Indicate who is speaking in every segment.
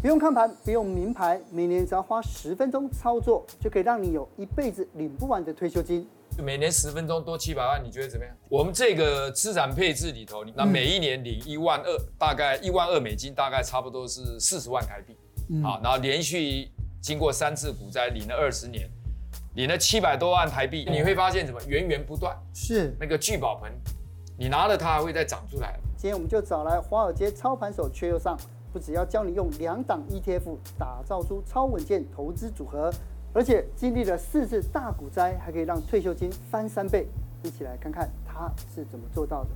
Speaker 1: 不用看盘，不用名牌，每年只要花十分钟操作，就可以让你有一辈子领不完的退休金。
Speaker 2: 每年十分钟多七百万，你觉得怎么样？我们这个资产配置里头，那每一年领一万二，大概一万二美金，大概差不多是四十万台币。
Speaker 1: 嗯
Speaker 2: 好，然后连续经过三次股灾，领了二十年，领了七百多万台币，你会发现怎么源源不断，
Speaker 1: 是，
Speaker 2: 那个聚宝盆，你拿了它还会再长出来。
Speaker 1: 今天我们就找来华尔街操盘手缺右上，不只要教你用两档 E ETF 打造出超稳健投资组合，而且经历了四次大股灾，还可以让退休金翻三倍。一起来看看他是怎么做到的。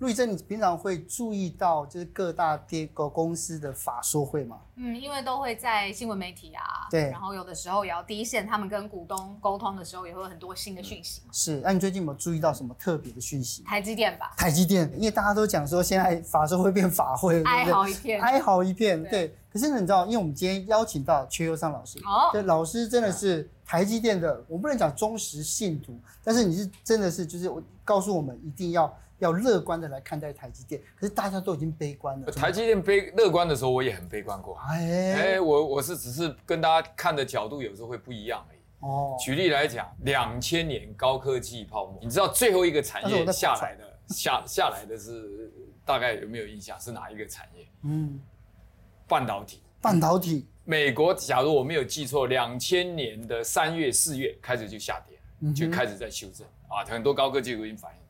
Speaker 1: 陆以正，你平常会注意到就是各大跌狗公司的法说会吗？
Speaker 3: 嗯，因为都会在新闻媒体啊，
Speaker 1: 对
Speaker 3: 然后有的时候也要第一线，他们跟股东沟通的时候也会有很多新的讯息。
Speaker 1: 是，那你最近有没有注意到什么特别的讯息？
Speaker 3: 台积电吧，
Speaker 1: 台积电，因为大家都讲说现在法说会变法会，对不对
Speaker 3: 哀嚎一片
Speaker 1: 哀嚎一片，
Speaker 3: 对
Speaker 1: 对。可是呢，你知道，因为我们今天邀请到缺优尚老师，
Speaker 3: 哦
Speaker 1: 对，老师真的是台积电的，我不能讲忠实信徒，但是你是真的是就是我告诉我们一定要要乐观的来看待台积电。可是大家都已经悲观了，
Speaker 2: 呃台积电悲乐观的时候，我也很悲观过。
Speaker 1: 嗯哎
Speaker 2: 哎，我我是只是跟大家看的角度有时候会不一样而已。
Speaker 1: 哦，
Speaker 2: 举例来讲，两千年高科技泡沫，你知道最后一个产
Speaker 1: 但是我
Speaker 2: 业
Speaker 1: 在
Speaker 2: 下来的下下来的是大概有没有印象？是哪一个产业？
Speaker 1: 嗯，
Speaker 2: 半导体。
Speaker 1: 半导体，
Speaker 2: 美国假如我没有记错，两千年的三月、四月开始就下跌，
Speaker 1: 嗯
Speaker 2: 就开始在修正啊，很多高科技股已经反应，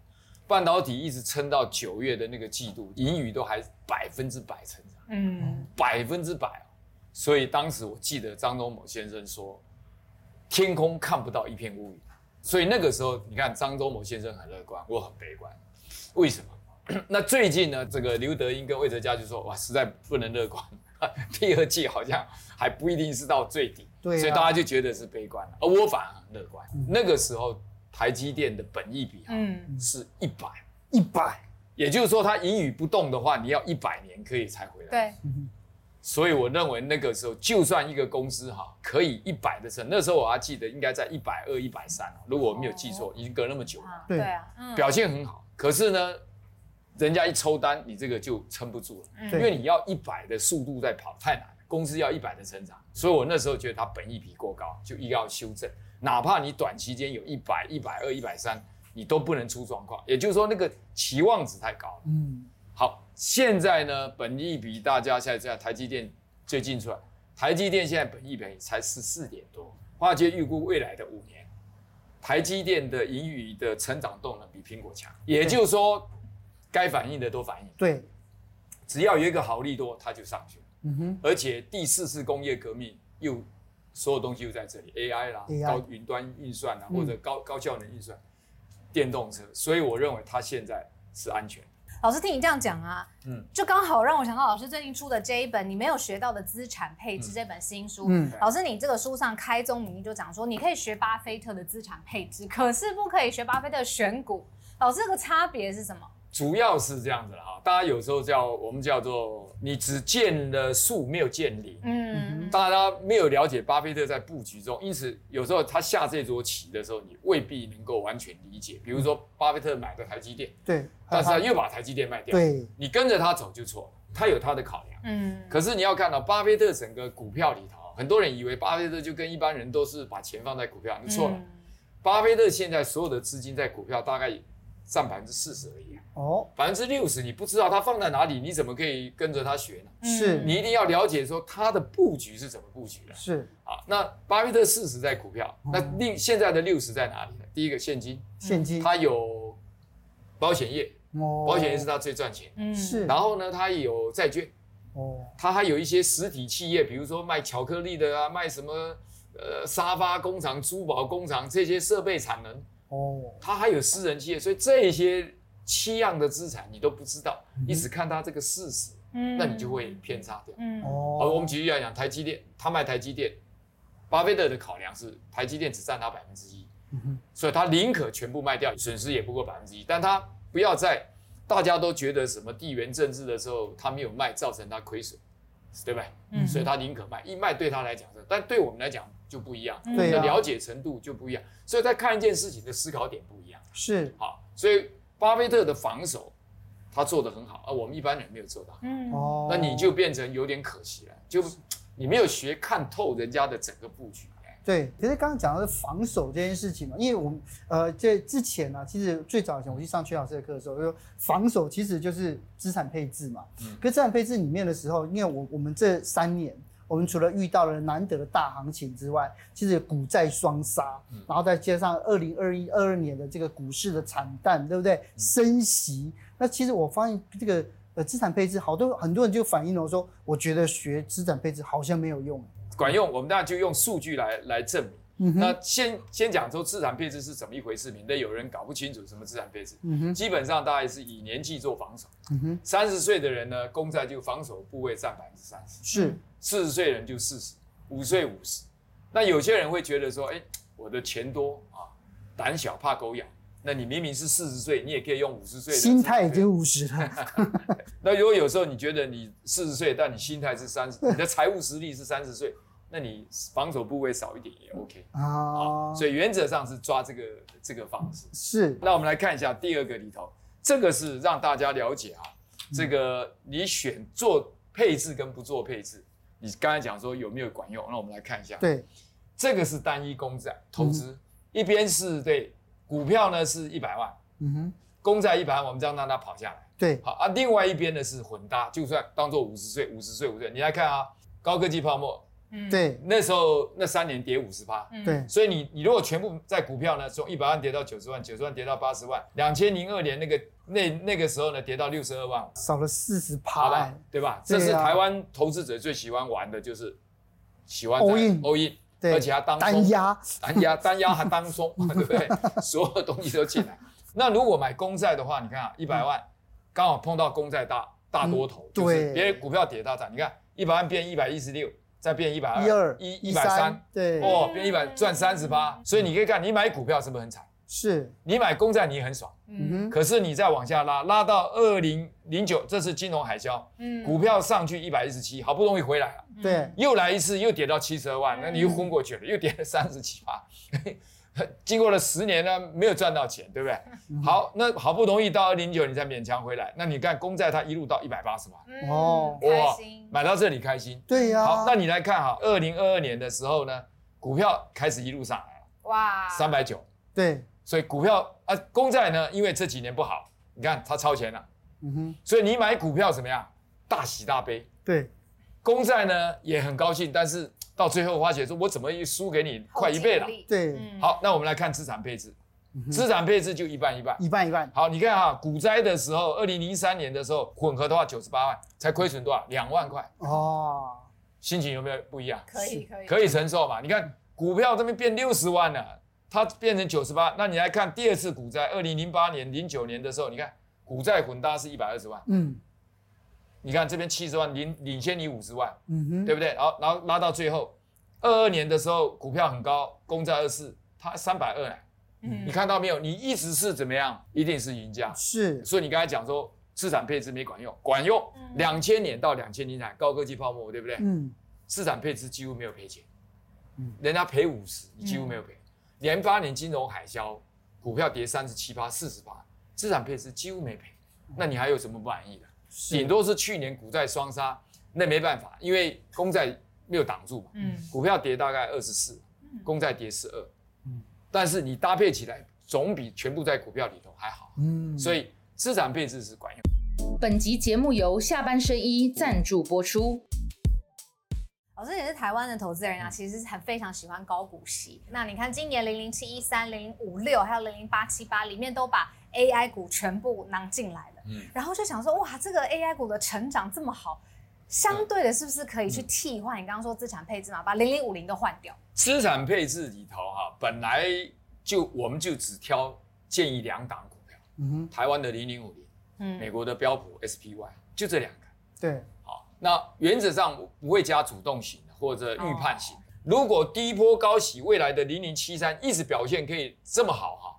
Speaker 2: 半导体一直撑到九月的那个季度，盈余都还百分之百成长。
Speaker 3: 嗯，
Speaker 2: 百分之百哦。所以当时我记得张忠谋先生说，天空看不到一片乌云。所以那个时候，你看张忠谋先生很乐观，我很悲观。为什么？ 那最近呢，这个刘德英跟魏哲嘉就说，哇，实在不能乐观， 第二季好像还不一定是到最底，
Speaker 1: 对啊嗯
Speaker 2: 所以大家就觉得是悲观了。而我反而很乐观。那个时候，台积电的本益比啊，
Speaker 3: 嗯
Speaker 2: 是一百，
Speaker 1: 一百，
Speaker 2: 也就是说它盈余不动的话，你要一百年可以才回来。
Speaker 3: 对，
Speaker 2: 所以我认为那个时候，就算一个公司哈可以一百的成，那时候我还记得应该在一百二、一百三，哦如果我没有记错，已经隔那么久了，
Speaker 3: 啊，
Speaker 1: 对
Speaker 3: 对啊，嗯，
Speaker 2: 表现很好。可是呢，人家一抽单，你这个就撑不住
Speaker 3: 嗯
Speaker 2: 了，因
Speaker 1: 对
Speaker 2: 为你要一百的速度在跑，太难了。公司要一百的成长，所以我那时候觉得它本益比过高，就一定要修正。哪怕你短期间有一百、一百二、一百三，你都不能出状况。也就是说，那个期望值太高了。
Speaker 1: 嗯，
Speaker 2: 好，现在呢，本益比大家现在在台积电最近出来，台积电现在本益比才十四点多，华尔街预估未来的五年，台积电的盈余的成长动能比苹果强，也就是说，该反应的都反应，
Speaker 1: 对，
Speaker 2: 只要有一个好利多，它就上去了，
Speaker 1: 嗯哼，
Speaker 2: 而且第四次工业革命又所有东西又在这里，AI 啦
Speaker 1: AI
Speaker 2: 高云端运算啦，啊或者高高效能运算，电动车，所以我认为它现在是安全的。
Speaker 3: 老师听你这样讲啊，
Speaker 2: 嗯
Speaker 3: 嗯，就刚好让我想到老师最近出的这一本《你没有学到的资产配置》这本新书。
Speaker 1: 嗯
Speaker 3: 老师，你这个书上开宗明义就讲说，你可以学巴菲特的资产配置，可是不可以学巴菲特选股。老师，这个差别是什么？
Speaker 2: 主要是这样子了哈，大家有时候叫我们叫做你只见了树没有见林，
Speaker 3: 嗯，
Speaker 2: 大家没有了解巴菲特在布局中，因此有时候他下这桌棋的时候，你未必能够完全理解。比如说巴菲特买的台积电，
Speaker 1: 对，
Speaker 2: 但是他又把台积电卖掉，
Speaker 1: 对，
Speaker 2: 你跟着他走就错了，他有他的考量。
Speaker 3: 嗯，
Speaker 2: 可是你要看到巴菲特整个股票里头，很多人以为巴菲特就跟一般人都是把钱放在股票，那错了。
Speaker 3: 嗯
Speaker 2: 巴菲特现在所有的资金在股票大概占百分之四十而已啊。
Speaker 1: 哦，
Speaker 2: 百分之六十，你不知道它放在哪里，你怎么可以跟着它学呢？
Speaker 1: 是
Speaker 3: 嗯
Speaker 2: 你一定要了解说它的布局是怎么布局的
Speaker 1: 是
Speaker 2: 啊。那巴菲特四十在股票，那另现在的六十在哪里呢？第一个现金，
Speaker 1: 现金，
Speaker 2: 它有保险业，
Speaker 1: 哦
Speaker 2: 嗯保险业是它最赚钱。
Speaker 3: 嗯
Speaker 1: 是，
Speaker 2: 然后呢，它也有债券，
Speaker 1: 哦，
Speaker 2: 它还有一些实体企业，比如说卖巧克力的啊，卖什么呃沙发工厂、珠宝工厂这些设备产能，
Speaker 1: 哦，
Speaker 2: 他还有私人企业，所以这些七样的资产你都不知道，
Speaker 1: 嗯
Speaker 2: 你只看它这个事实，
Speaker 3: 嗯
Speaker 2: 那你就会偏差掉。
Speaker 3: 嗯
Speaker 1: 哦，
Speaker 2: 好，我们举例来讲，台积电，他卖台积电，巴菲特的考量是台积电只占他百分之一，
Speaker 1: 嗯
Speaker 2: 所以他宁可全部卖掉，损失也不过百分之一，但他不要在大家都觉得什么地缘政治的时候，他没有卖，造成他亏损，对不对？
Speaker 3: 嗯
Speaker 2: 所以他宁可卖，一卖对他来讲是，但对我们来讲就不一样，我
Speaker 3: 嗯
Speaker 2: 们
Speaker 1: 对
Speaker 2: 的
Speaker 1: 啊
Speaker 2: 了解程度就不一样，所以在看一件事情的思考点不一样。
Speaker 1: 是
Speaker 2: 好，所以巴菲特的防守，他做的很好啊，我们一般人没有做到，
Speaker 3: 嗯，
Speaker 1: 哦
Speaker 2: 那你就变成有点可惜了，就你没有学看透人家的整个布局。哎
Speaker 1: 对，可是刚刚讲的是防守这件事情嘛，因为我们呃，这之前呢、啊，其实最早以前我去上邱老师的课的时候，就说防守其实就是资产配置嘛。
Speaker 2: 嗯
Speaker 1: 可是资产配置里面的时候，因为我我们这三年，我们除了遇到了难得的大行情之外，其实股债双杀，
Speaker 2: 嗯
Speaker 1: 然后再加上二零二一、二二年的这个股市的惨淡，对不对？升息，那其实我发现这个呃资产配置，好多很多人就反映了说，我觉得学资产配置好像没有用。
Speaker 2: 管用，我们大家就用数据来来证明。
Speaker 1: 嗯哼，
Speaker 2: 那先先讲说资产配置是怎么一回事，免得有人搞不清楚什么资产配置。
Speaker 1: 嗯哼，
Speaker 2: 基本上大概是以年纪做防守，
Speaker 1: 嗯哼，
Speaker 2: 三十岁的人呢，公债就防守部位占百分之三十，
Speaker 1: 是。
Speaker 2: 四十岁的人就四十，五岁五十。那有些人会觉得说，哎，我的钱多啊，胆小怕狗咬。那你明明是四十岁，你也可以用五十岁的
Speaker 1: 心态已
Speaker 2: 资产配置
Speaker 1: 经五十了，
Speaker 2: 那如果有时候你觉得你四十岁，但你心态是三十，你的财务实力是三十岁，那你防守部位少一点也 OK
Speaker 1: 啊
Speaker 2: 啊。，所以原则上是抓这个这个方式。
Speaker 1: 是
Speaker 2: 那我们来看一下第二个里头，这个是让大家了解啊，这个你选做配置跟不做配置，你刚才讲说有没有管用？那我们来看一下，
Speaker 1: 对，
Speaker 2: 这个是单一公债投资，一边是对股票呢是一百万，
Speaker 1: 嗯哼，
Speaker 2: 公债一百万，我们这样让它跑下来。
Speaker 1: 对，
Speaker 2: 好啊，另外一边呢是混搭，就算当做五十岁、五十岁、五十岁，你来看啊，高科技泡沫
Speaker 3: 嗯，
Speaker 1: 对，
Speaker 2: 那时候那三年跌五十趴，
Speaker 3: 嗯
Speaker 1: 对，
Speaker 2: 所以你你如果全部在股票呢，从一百万跌到九十万，九十万跌到八十万，两千零二年那个那那个时候呢跌到六十二万，
Speaker 1: 少了四十趴
Speaker 2: 好吧，，对吧？
Speaker 1: 对
Speaker 2: 这
Speaker 1: 啊
Speaker 2: 是台湾投资者最喜欢玩的，就是喜欢
Speaker 1: All in
Speaker 2: all in，
Speaker 1: 对
Speaker 2: 而且他当
Speaker 1: 单
Speaker 2: 冲
Speaker 1: 压，
Speaker 2: 单 压单压还当松， 对不对？所有东西都 进来。那如果买公债的话，你看啊，一百万刚好碰到公债大大多头，
Speaker 1: 嗯
Speaker 2: 就是
Speaker 1: 对
Speaker 2: 别人股票跌大涨，你看一百万变一百一十六，再变一百
Speaker 1: 一二
Speaker 2: 呃一一
Speaker 1: 一
Speaker 2: 百
Speaker 1: 三
Speaker 2: 三，，
Speaker 1: 对，嗯
Speaker 2: 哦，变一百赚三十八。所以你可以看，你买股票是不是很惨？
Speaker 1: 是，
Speaker 2: 你买公债你很爽，
Speaker 3: 嗯
Speaker 1: 嗯哼，
Speaker 2: 可是你再往下拉，拉到二零零九，这是金融海啸，
Speaker 3: 嗯
Speaker 2: 股票上去一百一十七，好不容易回来了。啊
Speaker 1: 对，
Speaker 2: 又来一次，又跌到七十二
Speaker 3: 嗯
Speaker 2: 万，那你又昏过去了，又跌 了三十七趴。 经过了十年呢，没有赚到钱，对不对？
Speaker 3: 嗯
Speaker 2: 好，那好不容易到二零九，你才勉强回来。那你看公债它一路到一百八十万，
Speaker 3: 嗯
Speaker 1: 哦
Speaker 3: 开心，啊
Speaker 2: 买到这里开心。
Speaker 1: 对呀，
Speaker 2: 好，那你来看哈，二零二二年的时候呢，股票开始一路上来了，
Speaker 3: 哇，
Speaker 2: 三百九。
Speaker 1: 对，
Speaker 2: 所以股票啊，公债呢，因为这几年不好，你看它超前了，
Speaker 1: 嗯哼，
Speaker 2: 所以你买股票怎么样？大喜大悲，
Speaker 1: 对，
Speaker 2: 公债呢也很高兴，但是到最后发觉说，我怎么一输给你快一倍了
Speaker 3: 后？劲力，
Speaker 1: 对，
Speaker 3: 嗯，
Speaker 2: 好，那我们来看资产配置，
Speaker 1: 嗯哼
Speaker 2: 资产配置就一半一半。
Speaker 1: 一半一半，
Speaker 2: 好，你看哈，股灾的时候，二零零三年的时候，混合的话九十八万，才亏损多少？两万块，
Speaker 1: 哦，
Speaker 2: 心情有没有不一样？
Speaker 3: 可以可以
Speaker 2: 可以承受嘛？你看股票这边变六十万了、它变成九十八，那你来看第二次股灾，二零零八年、零九年的时候，你看股债混搭是一百二十万，
Speaker 1: 嗯，
Speaker 2: 你看这边七十万领领先你五十万，
Speaker 1: 嗯哼，
Speaker 2: 对不对？然后然后拉到最后，二二年的时候股票很高，公债二四，它三百二呢。你
Speaker 3: 嗯，
Speaker 2: 看到没有？你一直是怎么样？一定是赢家。
Speaker 1: 是，
Speaker 2: 所以你刚才讲说资产配置没管用，管用。两千年到两千零三高科技泡沫，对不对？
Speaker 1: 嗯，
Speaker 2: 资产配置几乎没有赔钱
Speaker 1: 嗯，
Speaker 2: 人家赔五十，你几乎没有赔。连八年金融海啸，股票跌三十七趴、四十趴，资产配置几乎没赔，那你还有什么不满意的？顶
Speaker 1: 是，
Speaker 2: 多是去年股债双杀，那没办法，因为公债没有挡住嘛，
Speaker 3: 嗯
Speaker 2: 股票跌大概二十四，公债跌十二
Speaker 1: 嗯，
Speaker 2: 但是你搭配起来总比全部在股票里头还好，
Speaker 1: 嗯，
Speaker 2: 所以资产配置是管用。
Speaker 4: 本集节目由下半身衣赞助播出。
Speaker 3: 老师也是台湾的投资人啊，其实很非常喜欢高股息。那你看今年零零七一三、零零五六还有零零八七八里面都把 AI 股全部囊进来了，
Speaker 2: 嗯
Speaker 3: 然后就想说哇，这个 AI 股的成长这么好，相
Speaker 2: 嗯
Speaker 3: 对的是不是可以去替换？你刚刚说资产配置嘛，把零零五零都换掉，
Speaker 2: 资产配置里头哈、本来就我们就只挑建议两档股票，
Speaker 1: 嗯哼，
Speaker 2: 台湾的零零五零，美
Speaker 3: 嗯，
Speaker 2: 国的标普 SPY，就这两个。
Speaker 1: 对，
Speaker 2: 好，那原则上不会加主动型的或者预判型。如果第一波高息未来的零零七三一直表现可以这么好哈，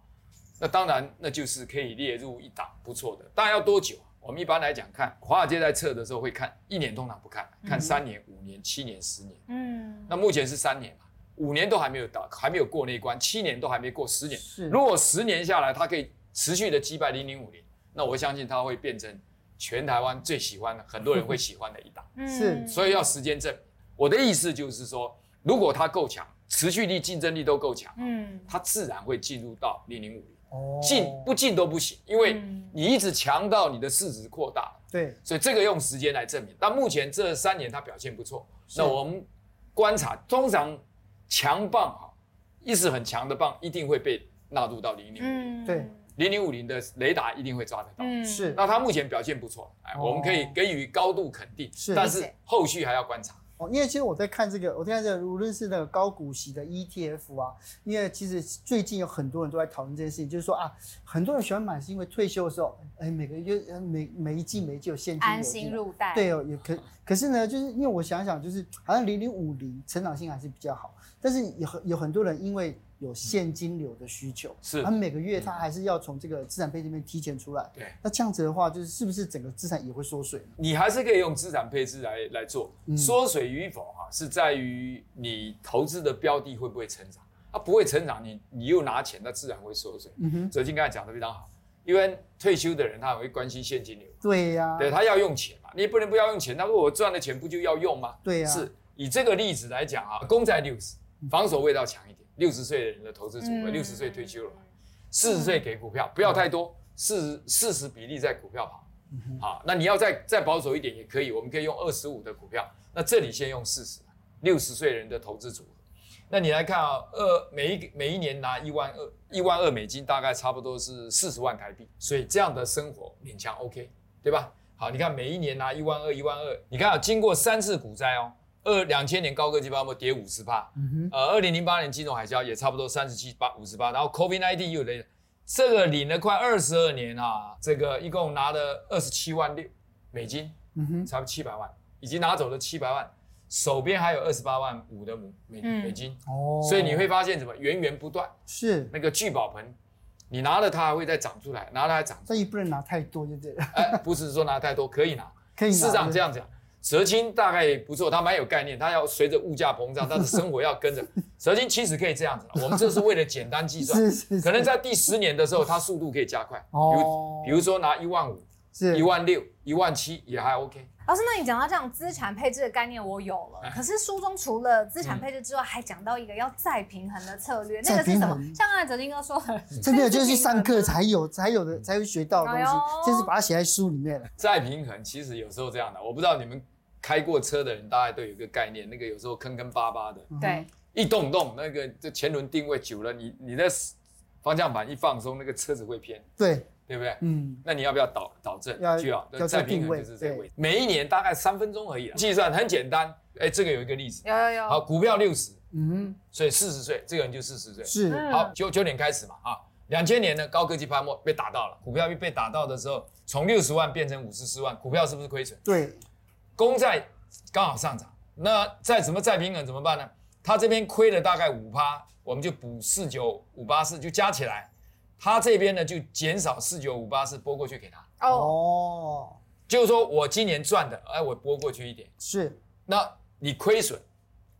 Speaker 2: 那当然那就是可以列入一档不错的。当然要多久啊？我们一般来讲看华尔街在测的时候会看一年，通常不看，看三年、五年、七年、十年。
Speaker 3: 嗯，
Speaker 2: 那目前是三年嘛，五年都还没有到，还没有过那一关，七年都还没过，十年
Speaker 1: 是
Speaker 2: 如果十年下来它可以持续的击败零零五零，那我相信它会变成全台湾最喜欢的，很多人会喜欢的一档。
Speaker 3: 嗯
Speaker 1: 是
Speaker 2: 所以要时间证明。我的意思就是说，如果它够强，持续力、竞争力都够强，
Speaker 3: 嗯，
Speaker 2: 它自然会进入到零零五零，
Speaker 1: 哦
Speaker 2: 进不进都不行，因为
Speaker 3: 嗯
Speaker 2: 你一直强到你的市值扩大，
Speaker 1: 对，
Speaker 2: 所以这个用时间来证明。但目前这三年它表现不错，
Speaker 1: 是
Speaker 2: 那我们观察，通常强棒哈，意识很强的棒一定会被纳入到零零五零，
Speaker 3: 嗯
Speaker 1: 对，
Speaker 2: 零零五零的雷达一定会抓得到。
Speaker 3: 嗯
Speaker 1: 是
Speaker 2: 那它目前表现不错，哎，
Speaker 1: 哦
Speaker 2: 我们可以给予高度肯定，
Speaker 1: 是
Speaker 2: 但
Speaker 3: 理
Speaker 2: 是
Speaker 3: 解
Speaker 2: 后续还要观察。
Speaker 1: 哦，因为其实我在看这个，我在看这个，无论是那个高股息的 ETF 啊，因为其实最近有很多人都在讨论这件事情，就是说啊，很多人喜欢买是因为退休的时候，哎，每个月呃每每一季每一季有现金流进来，
Speaker 3: 安心入袋，
Speaker 1: 对哦，也可可是呢，就是因为我想想，就是好像零零五零成长性还是比较好，但是有很有很多人因为有现金流的需求，
Speaker 2: 是
Speaker 1: 他每个月他还是要从这个资产配置里面提前出来。
Speaker 2: 对，
Speaker 1: 那这样子的话，就是是不是整个资产也会缩水呢？
Speaker 2: 你还是可以用资产配置来来做，
Speaker 1: 嗯
Speaker 2: 缩水与否哈、是在于你投资的标的会不会成长，它、不会成长，你你又拿钱，那自然会缩水。
Speaker 1: 嗯哼，
Speaker 2: 泽金刚才讲的非常好，因为退休的人他很会关心现金流，
Speaker 1: 对呀、
Speaker 2: 对他要用钱嘛，你也不能不要用钱，他说我赚的钱不就要用吗？
Speaker 1: 对呀、啊嗯
Speaker 2: 是以这个例子来讲啊，公仔六十，防守味道强一点，六十岁的人的投资组合，
Speaker 3: 嗯
Speaker 2: 六十岁退休了，四十岁给股票，不要太多，四四十比例在股票跑。好，那你要再再保守一点也可以，我们可以用二十五的股票。那这里先用四十，六十岁人的投资组合。那你来看啊，二每一个每一年拿一万二一万二美金，大概差不多是四十万台币，所以这样的生活勉强 OK，对吧？好，你看每一年拿一万二一万二，你看啊，经过三次股灾哦，二两千年高科技泡沫跌五十趴，
Speaker 1: 嗯
Speaker 2: 呃，二零零八年金融海啸也差不多三十七八五十八，然后 COVID nineteen 又来，这个领了快二十二年啊，这个一共拿了二十七万六美金，
Speaker 1: 哼，嗯哼，
Speaker 2: 差不多七百万，已经拿走了七百万，手边还有二十八万五的美
Speaker 3: 嗯
Speaker 2: 美金，
Speaker 1: 哦
Speaker 2: 所以你会发现什么源源不断，
Speaker 1: 是，
Speaker 2: 那个聚宝盆，你拿了它还会再长出来，拿了还长出
Speaker 1: 但也不能拿太多，就对了，
Speaker 2: 来，哎，不是说拿太多可以拿，
Speaker 1: 可以拿。
Speaker 2: 市长这
Speaker 1: 样，
Speaker 2: 样讲，蛇精大概不错，他蛮有概念，他要随着物价膨胀，他的生活要 跟着。蛇精其实可以这样子，我们这是为了简单计算，
Speaker 1: 是是是，
Speaker 2: 可能在第十年的时候，它速度可以加快，比如
Speaker 1: 哦，
Speaker 2: 比如说拿一万五、
Speaker 1: 是
Speaker 2: 一万六、一万七也还 OK。
Speaker 3: 老师，那你讲到这样资产配置的概念，我有
Speaker 2: 啊
Speaker 3: 了。可是书中除了资
Speaker 2: 嗯
Speaker 3: 产配置之外，还讲到一个要再平衡的策略，那个是什
Speaker 1: 再
Speaker 3: 么
Speaker 1: 平？衡
Speaker 3: 像刚才泽金哥说的，
Speaker 2: 嗯
Speaker 1: 这没有就是去上课才有才有的才会学到的东
Speaker 3: 哎呦
Speaker 1: 西，这是把它写在书里面了。
Speaker 2: 再平衡，其实有时候这样的，我不知道你们开过车的人，大概都有一个概念，那个有时候坑坑巴巴的，
Speaker 1: 嗯
Speaker 3: 对，
Speaker 2: 一动动那个这前轮定位久了，你你的方向盘一放松，那个车子会偏，
Speaker 1: 对，
Speaker 2: 对不对？
Speaker 1: 嗯，
Speaker 2: 那你要不要导导正？
Speaker 1: 要
Speaker 2: 就要
Speaker 1: 要做
Speaker 2: 再平
Speaker 1: 定
Speaker 2: 衡
Speaker 1: 位
Speaker 2: 就是这个
Speaker 1: 对
Speaker 2: 位置。每一年大概三分钟而已啦，计算很简单。哎，这个有一个例子，
Speaker 3: 有有
Speaker 2: 好，
Speaker 3: 有，
Speaker 2: 股票六十，
Speaker 1: 嗯
Speaker 2: 所以四十岁，这个人就四十岁
Speaker 1: 哼，。是，
Speaker 3: 嗯
Speaker 2: 好，九九点开始嘛啊，两千年的高科技泡沫被打到了，股票被打到的时候，从六十万变成五十四万，股票是不是亏损？
Speaker 1: 对，
Speaker 2: 公债刚好上涨，那再怎么再平衡怎么办呢？他这边亏了大概五趴，我们就补四九五八四，就加起来，他这边呢就减少四九五八四拨过去给他。
Speaker 3: 哦，
Speaker 1: 哦，
Speaker 2: 就是说我今年赚的，哎，我拨过去一点，
Speaker 1: 是，
Speaker 2: 那你亏损，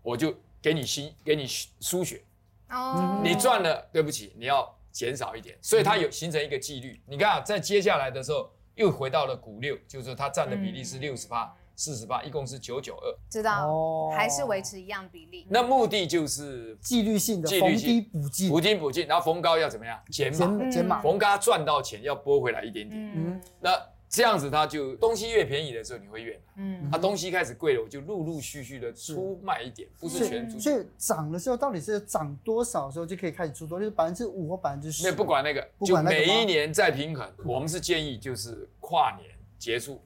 Speaker 2: 我就给你吸，给你输血。
Speaker 3: 哦，
Speaker 2: 你赚了，对不起，你要减少一点。所以它有形成一个纪律。你看啊，在接下来的时候又回到了股六，就是说它占的比例是六十八、四十八，一共是九九二。
Speaker 3: 知道，
Speaker 1: 哦
Speaker 3: 啊还是维持一样比例。
Speaker 2: 那目的就是
Speaker 1: 纪律性的
Speaker 2: 纪
Speaker 1: 逢
Speaker 2: 律性
Speaker 1: 低补进
Speaker 2: 补，进补进，然后逢高要怎么样减码，
Speaker 1: 减减码
Speaker 3: 嗯，
Speaker 2: 逢高赚到钱要拨回来一点点。
Speaker 3: 嗯
Speaker 2: 那这样子，它就东西越便宜的时候，你会越买。
Speaker 3: 嗯
Speaker 2: 它东西开始贵了，我就陆陆续续的出卖一点，不是全出
Speaker 3: 嗯
Speaker 1: 所
Speaker 2: 去。
Speaker 1: 以涨的时候到底是涨多少的时候就可以开始出多，就是百分之五或百分之十，
Speaker 2: 那不管那个，
Speaker 1: 不
Speaker 2: 就
Speaker 1: 管那个
Speaker 2: 每
Speaker 1: 吗
Speaker 2: 一年再平衡。我们是建议就是跨年结束，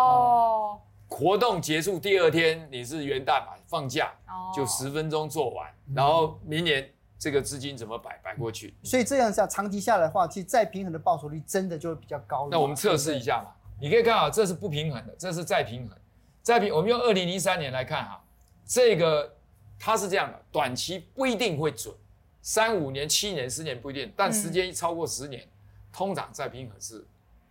Speaker 3: 哦
Speaker 2: 活动结束第二天你是元旦嘛，放假
Speaker 3: 哦，
Speaker 2: 就十分钟做完，然后明年这个资金怎么摆摆过去？
Speaker 1: 所以这样下长期下来的话，其实再平衡的报酬率真的就会比较高了。
Speaker 2: 那我们测试一下嘛，你可以看啊，这是不平衡的，这是再平衡，再平，我们用二零零三年来看哈、这个它是这样的，短期不一定会准，三五年、七年、十年不一定，但时间一超过十年，通常再平衡是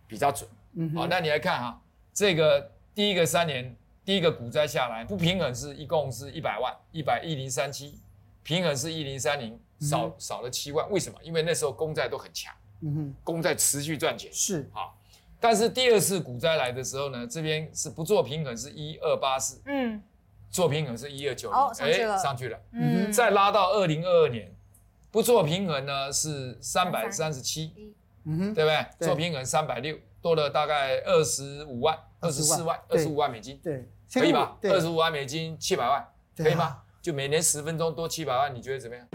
Speaker 2: 比较准。
Speaker 1: 嗯
Speaker 2: 好，
Speaker 1: 哼，
Speaker 2: 那你来看啊，这个第一个三年，第一个股灾下来，不平衡是一共是一百万，一百一零三七，平衡是一零三零，少少了七万，为什么？因为那时候公债都很强，
Speaker 1: 嗯哼，
Speaker 2: 公债持续赚钱。
Speaker 1: 是，
Speaker 2: 好，但是第二次股灾来的时候呢，这边是不做平衡是一二八四，
Speaker 3: 嗯
Speaker 2: 做平衡是一二九零
Speaker 3: 哦，上去了
Speaker 2: 上去了。
Speaker 1: 嗯
Speaker 3: 嗯，
Speaker 2: 再拉到二零二二年，不做平衡呢是三百三十七，
Speaker 1: 嗯哼，
Speaker 2: 对不对？
Speaker 1: 对
Speaker 2: 做平衡三百六，多了大概二十五万、二十四万、二
Speaker 1: 对
Speaker 2: 十五万美金，
Speaker 1: 对，
Speaker 2: 可以吧？
Speaker 1: 对
Speaker 2: 二十五万美金，七百万，
Speaker 1: 对啊
Speaker 2: 可以吗？就每年十分钟多七百万，你觉得怎么样？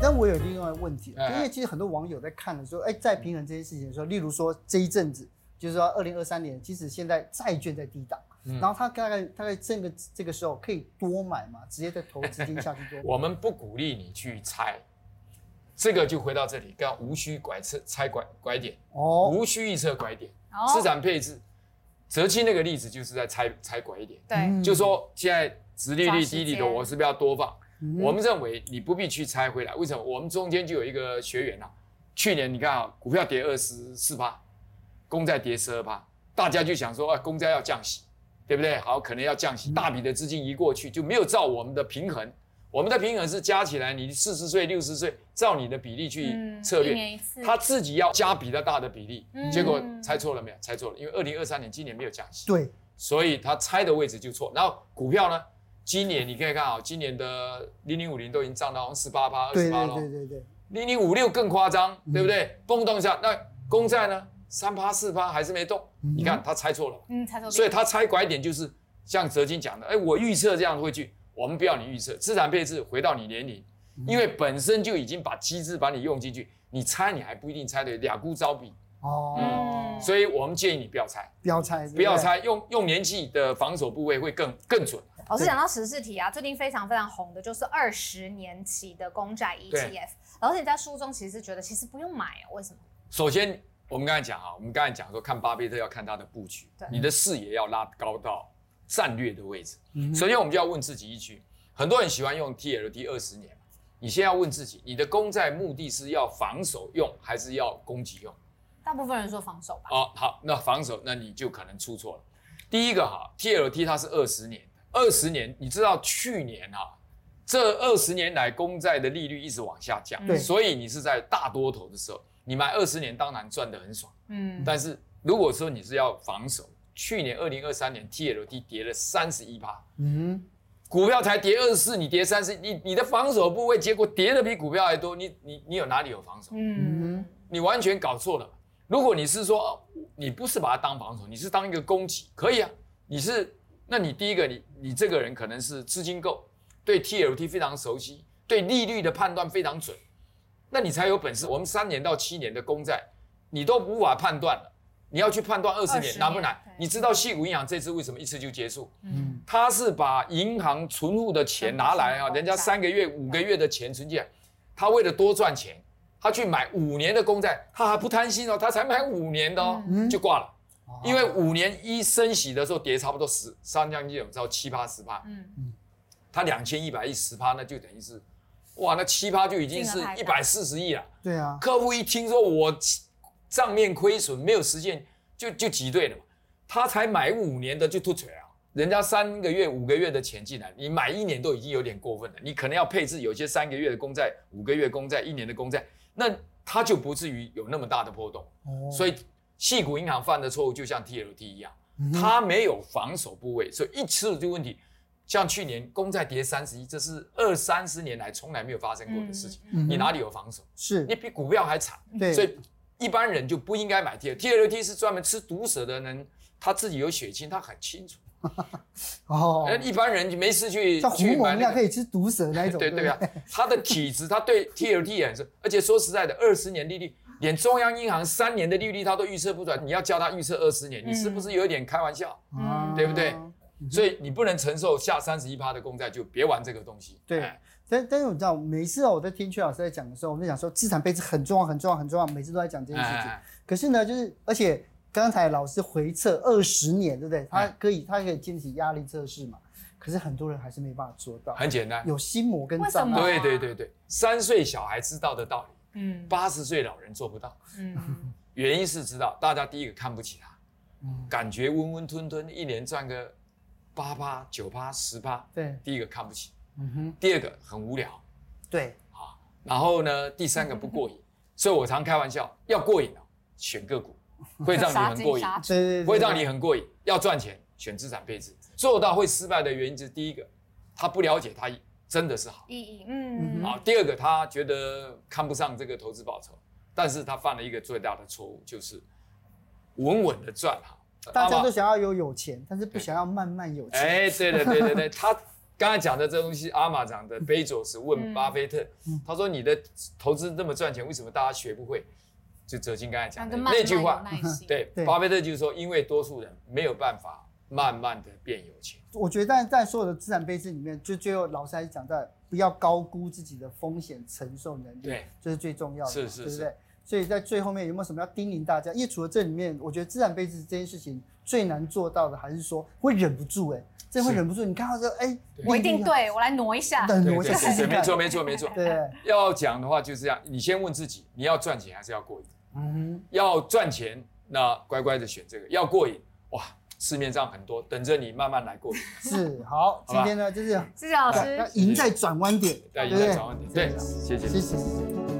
Speaker 1: 但我有另外一个问题，
Speaker 2: 哎
Speaker 1: 因为其实很多网友在看的时候，哎，在平衡这件事情的时候，例如说这一阵子，就是说二零二三年，即使现在债券在低档，
Speaker 2: 嗯
Speaker 1: 然后他大概大概这个这个时候可以多买嘛，直接再投资金下去 多买。
Speaker 2: 我们不鼓励你去猜，这个就回到这里，刚无需拐测猜拐拐点，
Speaker 1: 哦，
Speaker 2: 无需预测拐点，
Speaker 3: 哦
Speaker 2: 资产配置。择期那个例子就是在猜猜拐点，
Speaker 3: 对，
Speaker 2: 就说现在殖利率低低的，
Speaker 3: 嗯抓时间
Speaker 2: 我是不是要多放？
Speaker 1: 嗯
Speaker 2: 我们认为你不必去拆回来，为什么？我们中间就有一个学员啊，去年你看啊，股票跌二十四趴，公债跌十二趴，大家就想说啊，公债要降息，对不对？好，可能要降
Speaker 3: 嗯
Speaker 2: 息，大笔的资金移过去就没有照我们的平衡，我们的平衡是加起来，你四十岁、六十岁，照你的比例去策
Speaker 3: 嗯一
Speaker 2: 略，
Speaker 3: 年一次，
Speaker 2: 他自己要加比较大的比例，
Speaker 3: 嗯
Speaker 2: 结果猜错了没有？猜错了，因为二零二三年今年没有降息，
Speaker 1: 对，
Speaker 2: 所以它猜的位置就错。然后股票呢，今年你可以看啊，今年的零零五零都已经涨到十八趴、二
Speaker 1: 对
Speaker 2: 十八
Speaker 1: 对
Speaker 2: 了，
Speaker 1: 对对对，
Speaker 2: 零零五六更夸张，
Speaker 1: 嗯
Speaker 2: 对不对？蹦动一下，那公债呢，三趴四趴还是没动，
Speaker 1: 嗯
Speaker 2: 你看它猜错了，
Speaker 3: 嗯，才走，
Speaker 2: 所以它猜拐点就是像泽金讲的，哎，我预测这样会去，我们不要你预测，资产配置回到你年龄，因为本身就已经把机制把你用进去，你猜你还不一定猜对，两股招比，
Speaker 1: 哦
Speaker 3: 嗯，
Speaker 2: 所以我们建议你不要猜。
Speaker 1: 不要猜，
Speaker 2: 不要
Speaker 1: 对对，
Speaker 2: 猜，用用年纪的防守部位会更更准。
Speaker 3: 老师讲到时事题啊，最近非常非常红的就是二十年期的公债 ETF。老师你在书中其实觉得其实不用买啊，为什么？
Speaker 2: 首先，我们刚才讲啊，我们刚才讲说看巴菲特要看他的布局
Speaker 3: 对，
Speaker 2: 你的视野要拉高到战略的位置。
Speaker 1: 嗯
Speaker 2: 首先，我们就要问自己一句：很多人喜欢用 TLD 二十年嘛，你先要问自己，你的公债目的是要防守用还是要攻击用？
Speaker 3: 大部分人说防守吧，
Speaker 2: 哦，好，那防守，那你就可能出错了。第一个哈，TLT 它是二十年，二十年，你知道去年哈，这二十年来公债的利率一直往下降，
Speaker 1: 嗯对
Speaker 2: 所以你是在大多头的时候，你买二十年当然赚得很爽，
Speaker 3: 嗯，
Speaker 2: 但是如果说你是要防守，去年二零二三年 TLT 跌了三十一趴，
Speaker 1: 嗯，
Speaker 2: 股票才跌二十四，你跌三十，你你的防守部位结果跌的比股票还多，你你你有哪里有防守？
Speaker 3: 嗯
Speaker 1: 嗯，
Speaker 2: 你完全搞错了。如果你是说哦你不是把它当防守，你是当一个攻击，可以啊。你是，那你第一个，你你这个人可能是资金够，对 TLT 非常熟悉，对利率的判断非常准，那你才有本事。我们三年到七年的公债，你都无法判断了，你要去判断二十
Speaker 3: 20
Speaker 2: 年
Speaker 3: 年
Speaker 2: 难不难
Speaker 3: 对？
Speaker 2: 你知道细谷银行这次为什么一次就结束？
Speaker 1: 嗯
Speaker 2: 他是把银行存户的钱拿来啊，
Speaker 3: 嗯
Speaker 2: 人家三个月、五个月的钱存进来，他为了多赚钱，他去买五年的公债，他还不贪心哦，他才买五年的哦，
Speaker 1: 嗯
Speaker 2: 就挂了。
Speaker 1: 哦
Speaker 2: 因为五年一升息的时候跌差不多十三将近有到七八十趴，
Speaker 3: 嗯，
Speaker 2: 他两千一百亿十趴，那就等于是，哇，那七趴就已经是
Speaker 3: 金额太
Speaker 2: 一
Speaker 3: 大
Speaker 2: 百四十亿了。
Speaker 1: 对啊，
Speaker 2: 客户一听说我账面亏损没有实现，就就挤兑了嘛。他才买五年的就吐水啊，人家三个月、五个月的钱进来，你买一年都已经有点过分了。你可能要配置有些三个月的公债、五个月公债、一年的公债，那他就不至于有那么大的波动。
Speaker 1: 哦
Speaker 2: 所以，细股银行犯的错误就像 TLT 一样，
Speaker 1: 嗯哼
Speaker 2: 它没有防守部位，所以一吃就问题。像去年公债跌三十一，这是二三十年来从来没有发生过的事情。
Speaker 1: 嗯
Speaker 2: 你哪里有防守？
Speaker 1: 是
Speaker 2: 你比股票还惨，
Speaker 1: 对
Speaker 2: 所以一般人就不应该买 T L T L T 是专门吃毒蛇的人，他自己有血清，他很清楚。
Speaker 1: 哦，
Speaker 2: 那一般人就没事去
Speaker 1: 像胡
Speaker 2: 哎去买
Speaker 1: 猛一
Speaker 2: 那
Speaker 1: 样
Speaker 2: 个
Speaker 1: 可以吃毒蛇那一种，
Speaker 2: 对
Speaker 1: 对
Speaker 2: 对啊
Speaker 1: 不，
Speaker 2: 他的体质，他对 T L T 也很熟。而且说实在的，二十年利率，连中央银行三年的利率他都预测不出来，你要叫他预测二十
Speaker 1: 嗯
Speaker 2: 年，你是不是有点开玩笑？
Speaker 3: 嗯
Speaker 1: 对啊
Speaker 2: 对不对所以你不能承受下三十一趴的公债，就别玩这个东西。
Speaker 1: 对
Speaker 2: 哎
Speaker 1: 但但是我知道，每次啊我在听曲老师在讲的时候，我们就讲说资产配置很重要，很重要，很重要，每次都在讲这件事情。
Speaker 2: 哎
Speaker 1: 可是呢，就是而且刚才老师回测二十年，对不对？他
Speaker 2: 嗯
Speaker 1: 可以，他可以经得起压力测试嘛？可是很多人还是没办法做到，
Speaker 2: 很简单。
Speaker 1: 有心魔跟
Speaker 3: 为什
Speaker 1: 障
Speaker 3: 么
Speaker 1: 碍。
Speaker 2: 哎对对对对，三岁小孩知道的道理，
Speaker 3: 嗯
Speaker 2: 八十岁老人做不到。
Speaker 3: 嗯，
Speaker 2: 原因是知道大家第一个看不起他，
Speaker 1: 嗯
Speaker 2: 感觉温温吞吞，一年赚个八趴、九趴、十趴，
Speaker 1: 对，
Speaker 2: 第一个看不起，
Speaker 1: 嗯哼，
Speaker 2: 第二个很无聊，
Speaker 1: 对，
Speaker 2: 然后呢，第三个不过瘾，所以我常开玩笑，要过瘾哦，选个股，会让你
Speaker 3: 杀
Speaker 2: 很过
Speaker 3: 进
Speaker 2: 瘾，
Speaker 3: 杀出。
Speaker 1: 对对对，
Speaker 2: 会让你很过瘾。要赚钱，选资产配置。做到会失败的原因是第一个，他不了解他真的是好
Speaker 3: 意义，嗯，
Speaker 1: 嗯
Speaker 2: 啊；第二个，他觉得看不上这个投资报酬，但是他犯了一个最大的错误，就是稳稳的赚啊好。
Speaker 1: 大家
Speaker 2: 那么
Speaker 1: 都想要有有钱，但是不想要慢慢有钱。
Speaker 2: 哎，对对对对 对，他刚才讲的这东西，阿玛讲的，贝佐斯问巴菲特，他说你的投资这么赚钱，为什么大家学不会？就哲青刚才
Speaker 3: 那
Speaker 2: 讲的
Speaker 3: 就慢慢
Speaker 2: 那句
Speaker 3: 有
Speaker 2: 话，
Speaker 3: 耐心。
Speaker 2: 对，
Speaker 1: 对
Speaker 2: 巴菲特就是说，因为多数人没有办法慢慢的变有钱，
Speaker 1: 我觉得在在所有的资产配置里面，就最后老师还是讲到，不要高估自己的风险承受能力，
Speaker 2: 对，
Speaker 1: 这是最重要的嘛，
Speaker 2: 是是
Speaker 1: 对不
Speaker 2: 是
Speaker 1: 对？所以在最后面有没有什么要叮咛大家？因为除了这里面，我觉得资产配置这件事情最难做到的，还是说会忍不住、哎，这会
Speaker 2: 是
Speaker 1: 忍不住，你看到这，哎、
Speaker 2: 对
Speaker 3: 我一定对啊我来挪一下。
Speaker 1: 等
Speaker 2: 对
Speaker 1: 我
Speaker 2: 对
Speaker 1: 再试
Speaker 2: 对
Speaker 1: 试
Speaker 2: 对，
Speaker 1: 看，
Speaker 2: 没错没错没错。
Speaker 1: 对，
Speaker 2: 要讲的话就是这样，你先问自己，你要赚钱还是要过瘾？
Speaker 1: 嗯
Speaker 2: 要赚钱，那乖乖的选这个；要过瘾，哇，市面上很多，等着你慢慢来过瘾。
Speaker 1: 哼，是好，今
Speaker 2: 吧
Speaker 1: 天呢就是
Speaker 3: 谢谢老
Speaker 1: 要
Speaker 3: 师
Speaker 1: 要。赢在转弯点，
Speaker 2: 要
Speaker 1: 对
Speaker 2: 赢
Speaker 1: 不
Speaker 2: 在
Speaker 1: 对
Speaker 2: 转弯点，对，谢谢。
Speaker 1: 谢谢谢谢。